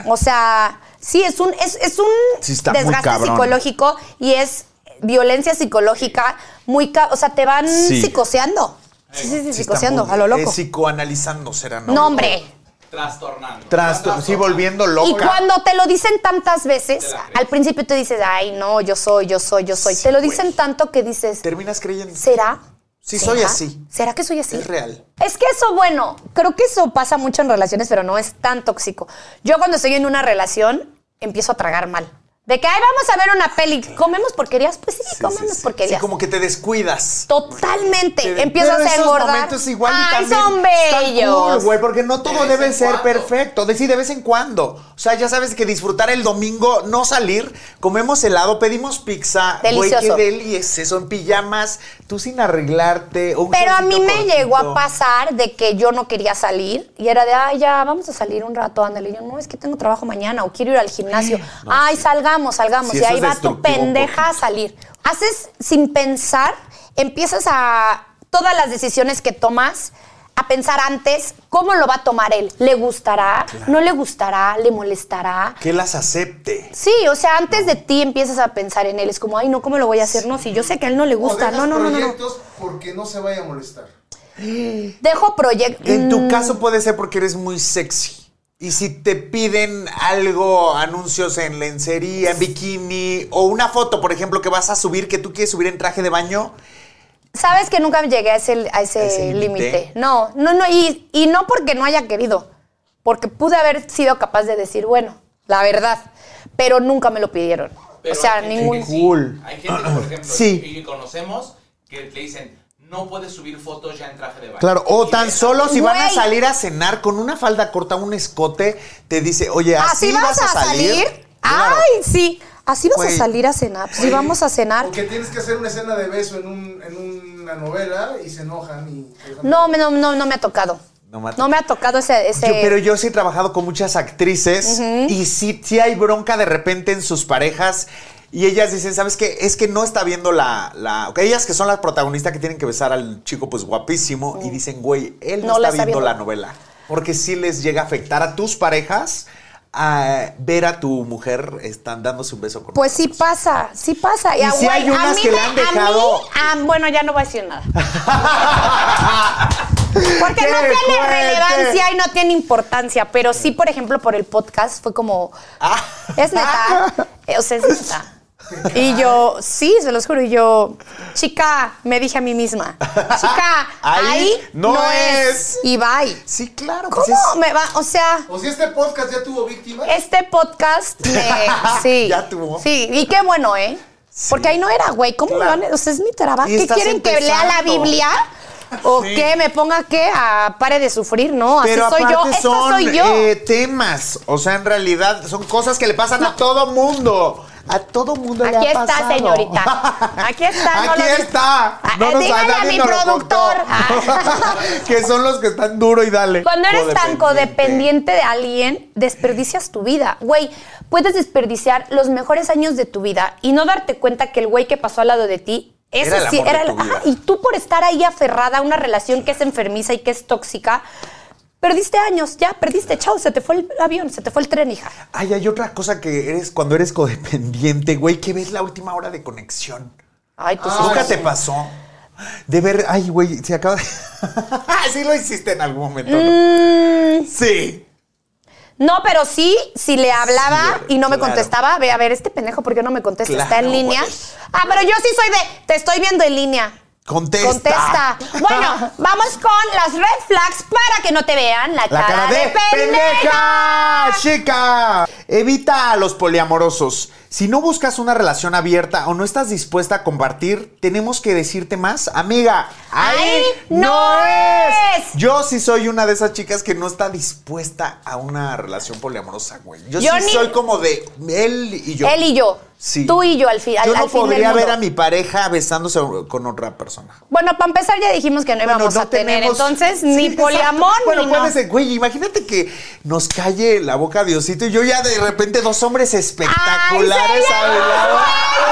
O sea, sí, es un, es, es un Sí, está muy desgaste cabrón. psicológico y es violencia psicológica muy ca- O sea, te van Sí. psicoseando. Sí, sí, sí, Sí está psicoseando, muy- a lo loco. Es psicoanalizando, será, ¿no? no, hombre. Trastornando. Trastorno, sí, volviendo loca. Y cuando te lo dicen tantas veces, al principio te dices, ay, no, yo soy, yo soy, yo soy. te lo dicen tanto que dices. Terminas creyendo. ¿Será? pues. Sí, ¿Será? soy así. ¿Será que soy así? Es real. Es que eso, bueno, creo que eso pasa mucho en relaciones, pero no es tan tóxico. Yo cuando estoy en una relación, empiezo a tragar mal. De que, ay, vamos a ver una peli. ¿Comemos porquerías? Pues sí, comemos Sí, porquerías. como que te descuidas. Totalmente. Te- Empiezo Pero a ser esos engordar. momentos igual y ay, también son están bellos. cool, güey, porque no todo debe ser perfecto. Decir de vez en cuando. O sea, ya sabes que disfrutar el domingo, no salir, comemos helado, pedimos pizza. Delicioso. Güey, qué deli es eso, en pijamas, tú sin arreglarte. un Pero a mí shortcito me cortito. llegó a pasar de que yo no quería salir y era de, ay, ya, vamos a salir un rato, ándale. Y yo, no, es que tengo trabajo mañana o quiero ir al gimnasio. ay, salgamos, salgamos. Sí, y eso ahí es va tu destructivo un pendeja a salir. Haces sin pensar, empiezas a todas las decisiones que tomas a pensar antes cómo lo va a tomar él. ¿Le gustará? ¿No le gustará? ¿Le molestará? Que las acepte. Sí, o sea, antes de ti empiezas a pensar en él. Es como, ay, no, ¿cómo lo voy a hacer? No, si yo sé que a él no le gusta. No, no, no, no. no. proyectos porque no se vaya a molestar. Dejo Mm, proyectos. En tu caso puede ser porque eres muy sexy. Y si te piden algo, anuncios en lencería, en bikini, o una foto, por ejemplo, que vas a subir, que tú quieres subir en traje de baño, Sabes que nunca llegué a ese, a ese ese límite? límite. No, no, no. Y, y no porque no haya querido. Porque pude haber sido capaz de decir, bueno, la verdad. Pero nunca me lo pidieron. Pero o sea, hay gente ningún. que sí, Hay gente, por ejemplo, Sí. y conocemos que le dicen, no puedes subir fotos ya en traje de baño. Claro, o tan solo si van a Güey. salir a cenar con una falda corta, un escote, te dice, oye, así, ¿Así vas a salir? ¡Ay, sí! ¿Así vas Güey. a salir a cenar? Sí, Oye. vamos a cenar. O que tienes que hacer una escena de beso en, un, en una novela y se enojan y... No, me- no, no, no me ha tocado. No me ha No me ha tocado ese. ese- Yo- pero yo sí he trabajado con muchas actrices Este, Ujú. y sí, sí hay bronca de repente en sus parejas y ellas dicen, ¿sabes qué? Es que no está viendo la... la... ok, Ellas que son las protagonistas que tienen que besar al chico pues guapísimo y dicen, güey, él no, No la está, está viendo, viendo". la novela. Porque sí les llega a afectar a tus parejas a ver a tu mujer están dándose un beso con Pues sí pasa, sí pasa. Y a- si güey, hay a unas mí que le me- han a mí, dejado- ah, bueno, ya no voy a decir nada. Porque ¡Qué no tiene fuerte! relevancia y no tiene importancia, pero sí, por ejemplo, por el podcast fue como, Ah. es neta, Eh, o sea, es neta. Y yo, sí, se los juro, y yo, chica, me dije a mí misma, chica, Ahí ahí, no no, es. es. Y bye. Sí, claro. ¿Cómo pues es- me va? O sea, O si este podcast ya tuvo víctimas. este podcast me- sí. Ya tuvo. Sí, y qué bueno, ¿eh? Porque ahí no era, güey. ¿Cómo me van? a- O sea, es mi trabajo. Y ¿Qué estás quieren que lea la empezando. Biblia? ¿O Sí. que me ponga qué? A pare de sufrir, ¿no? Así Pero soy yo. aparte Esta son soy yo. eh, temas, o sea, en realidad son cosas que le pasan a todo mundo. A todo mundo le Aquí ha está, pasado. señorita. Aquí está. no Aquí lo- está. Ah, No nos- dígale a nadie mi nos lo productor. contó. Ah. que son los que están duro y dale. Cuando eres tan Codependiente. codependiente de alguien, desperdicias tu vida. Güey, puedes desperdiciar los mejores años de tu vida y no darte cuenta que el güey que pasó al lado de ti, eso Era el sí, amor de el- tu vida. Ajá, y tú por estar ahí aferrada a una relación que es enfermiza y que es tóxica, Perdiste años, ya, perdiste, chao, se te fue el avión, se te fue el tren, hija. Ay, hay otra cosa que eres cuando eres codependiente, güey, que ves la última hora de conexión. Ay, tú sí Ah, Nunca estás- te pasó. De ver, ay, güey, se acaba de. sí lo hiciste en algún momento. ¿no? Mm. Sí. No, pero sí, si le hablaba Sí, y no me claro. contestaba, ve a ver, este pendejo, ¿por qué no me contesta? Está Claro, en línea. güey. Ah, pero yo sí soy de, te estoy viendo en línea. Contesta. Contesta. Bueno, vamos con las red flags para que no te vean la, La cara de pendeja, chica. Evita a los poliamorosos. Si no buscas una relación abierta o no estás dispuesta a compartir, tenemos que decirte más, amiga. Ahí, Ahí no, no es. Yo sí soy una de esas chicas que no está dispuesta a una relación poliamorosa, güey. Yo, Yo sí ni- soy como de él y yo. Él y yo. Sí. Tú y yo al, fin, al, Yo no al fin del podría ver mundo. a mi pareja besándose con otra persona. Bueno, para empezar ya dijimos que no Bueno, íbamos no Eh, a tener, tenemos- entonces Sí, ni exacto. poliamor bueno, ni puede no. ser, güey, imagínate que nos calle la boca Diosito y yo ya de repente dos hombres espectaculares sería al lado. lo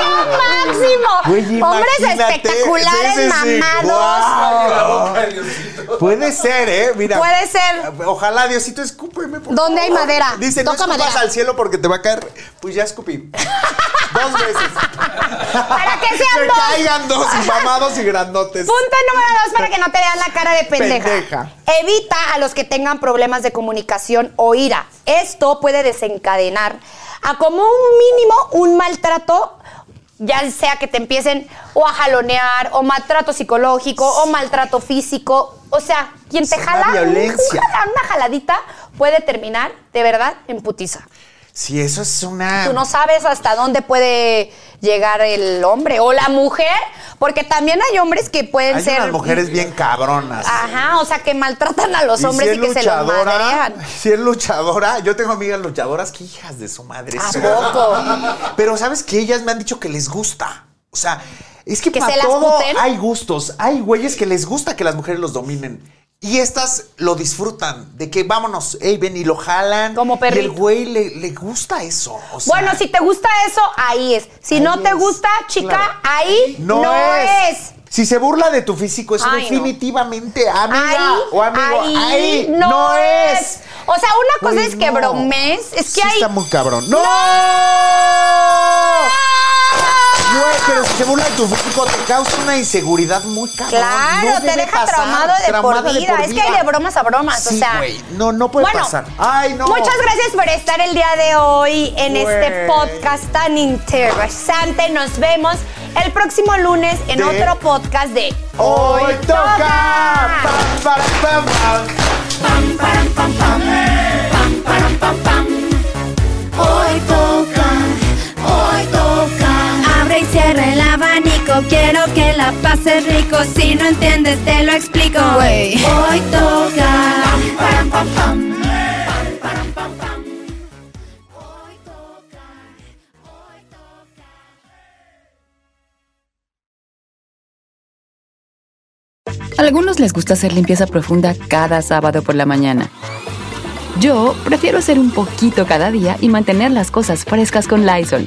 Güey, máximo. Hombres imagínate. espectaculares, Sí, sí, sí. mamados. Guau. Puede ser, ¿eh? Mira. Puede ser. Ojalá Diosito escúpeme. por ¿Dónde hay favor. madera? Dice, Toca no escupas madera. al cielo porque te va a caer. Pues ya escupí. dos veces. Para que sean Que dos. caigan dos, mamados y grandotes. Punto número dos para que no te vean la cara de pendeja. Pendeja. Evita a los que tengan problemas de comunicación o ira. Esto puede desencadenar a como un mínimo un maltrato, ya sea que te empiecen o a jalonear, o maltrato psicológico, o maltrato físico. O sea, quien te Es una jala, un- violencia. un jala- una jaladita puede terminar de verdad en putiza. Sí, eso es una. Tú no sabes hasta dónde puede llegar el hombre o la mujer, porque también hay hombres que pueden Hay ser. unas mujeres bien cabronas. Ajá, o sea, que maltratan a los Y hombres si y es que se los madrean. Si es luchadora, yo tengo amigas luchadoras que hijas de su madre. ¿A son. poco? Pero sabes que ellas me han dicho que les gusta. O sea, es que, ¿Que para se las todo puten? hay gustos. Hay güeyes que les gusta que las mujeres los dominen. Y estas lo disfrutan, de que vámonos, ey, ven y lo jalan. Como perrito. Y el güey le, le gusta eso. o sea, Bueno, si te gusta eso, ahí es. Si no te es, gusta, chica, claro. ahí no, es. Si se burla de tu físico, eso Ay, no. definitivamente amiga Ahí, o amigo. ahí Ahí, no, es. O sea, una cosa Güey, es que no. bromees, es que Sí hay. está muy cabrón. ¡No! ¡Ah! Güey, pero si se burla de tu físico, te causa una inseguridad muy cabrón. Claro, No te debe deja pasar, traumado de traumada por vida. Es que hay de bromas a bromas, Sí, o sea. güey, No, no puede bueno, pasar. Ay, no. Muchas gracias por estar el día de hoy en este Güey. podcast tan interesante. Nos vemos el próximo lunes en De- otro podcast de Hoy toca. Pam, pam, pam, pam. Hoy toca, hoy toca. Abre y cierra el abanico, quiero que la pases rico. Si no entiendes, te lo explico. Hoy toca. Algunos les gusta hacer limpieza profunda cada sábado por la mañana. Yo prefiero hacer un poquito cada día y mantener las cosas frescas con Lysol.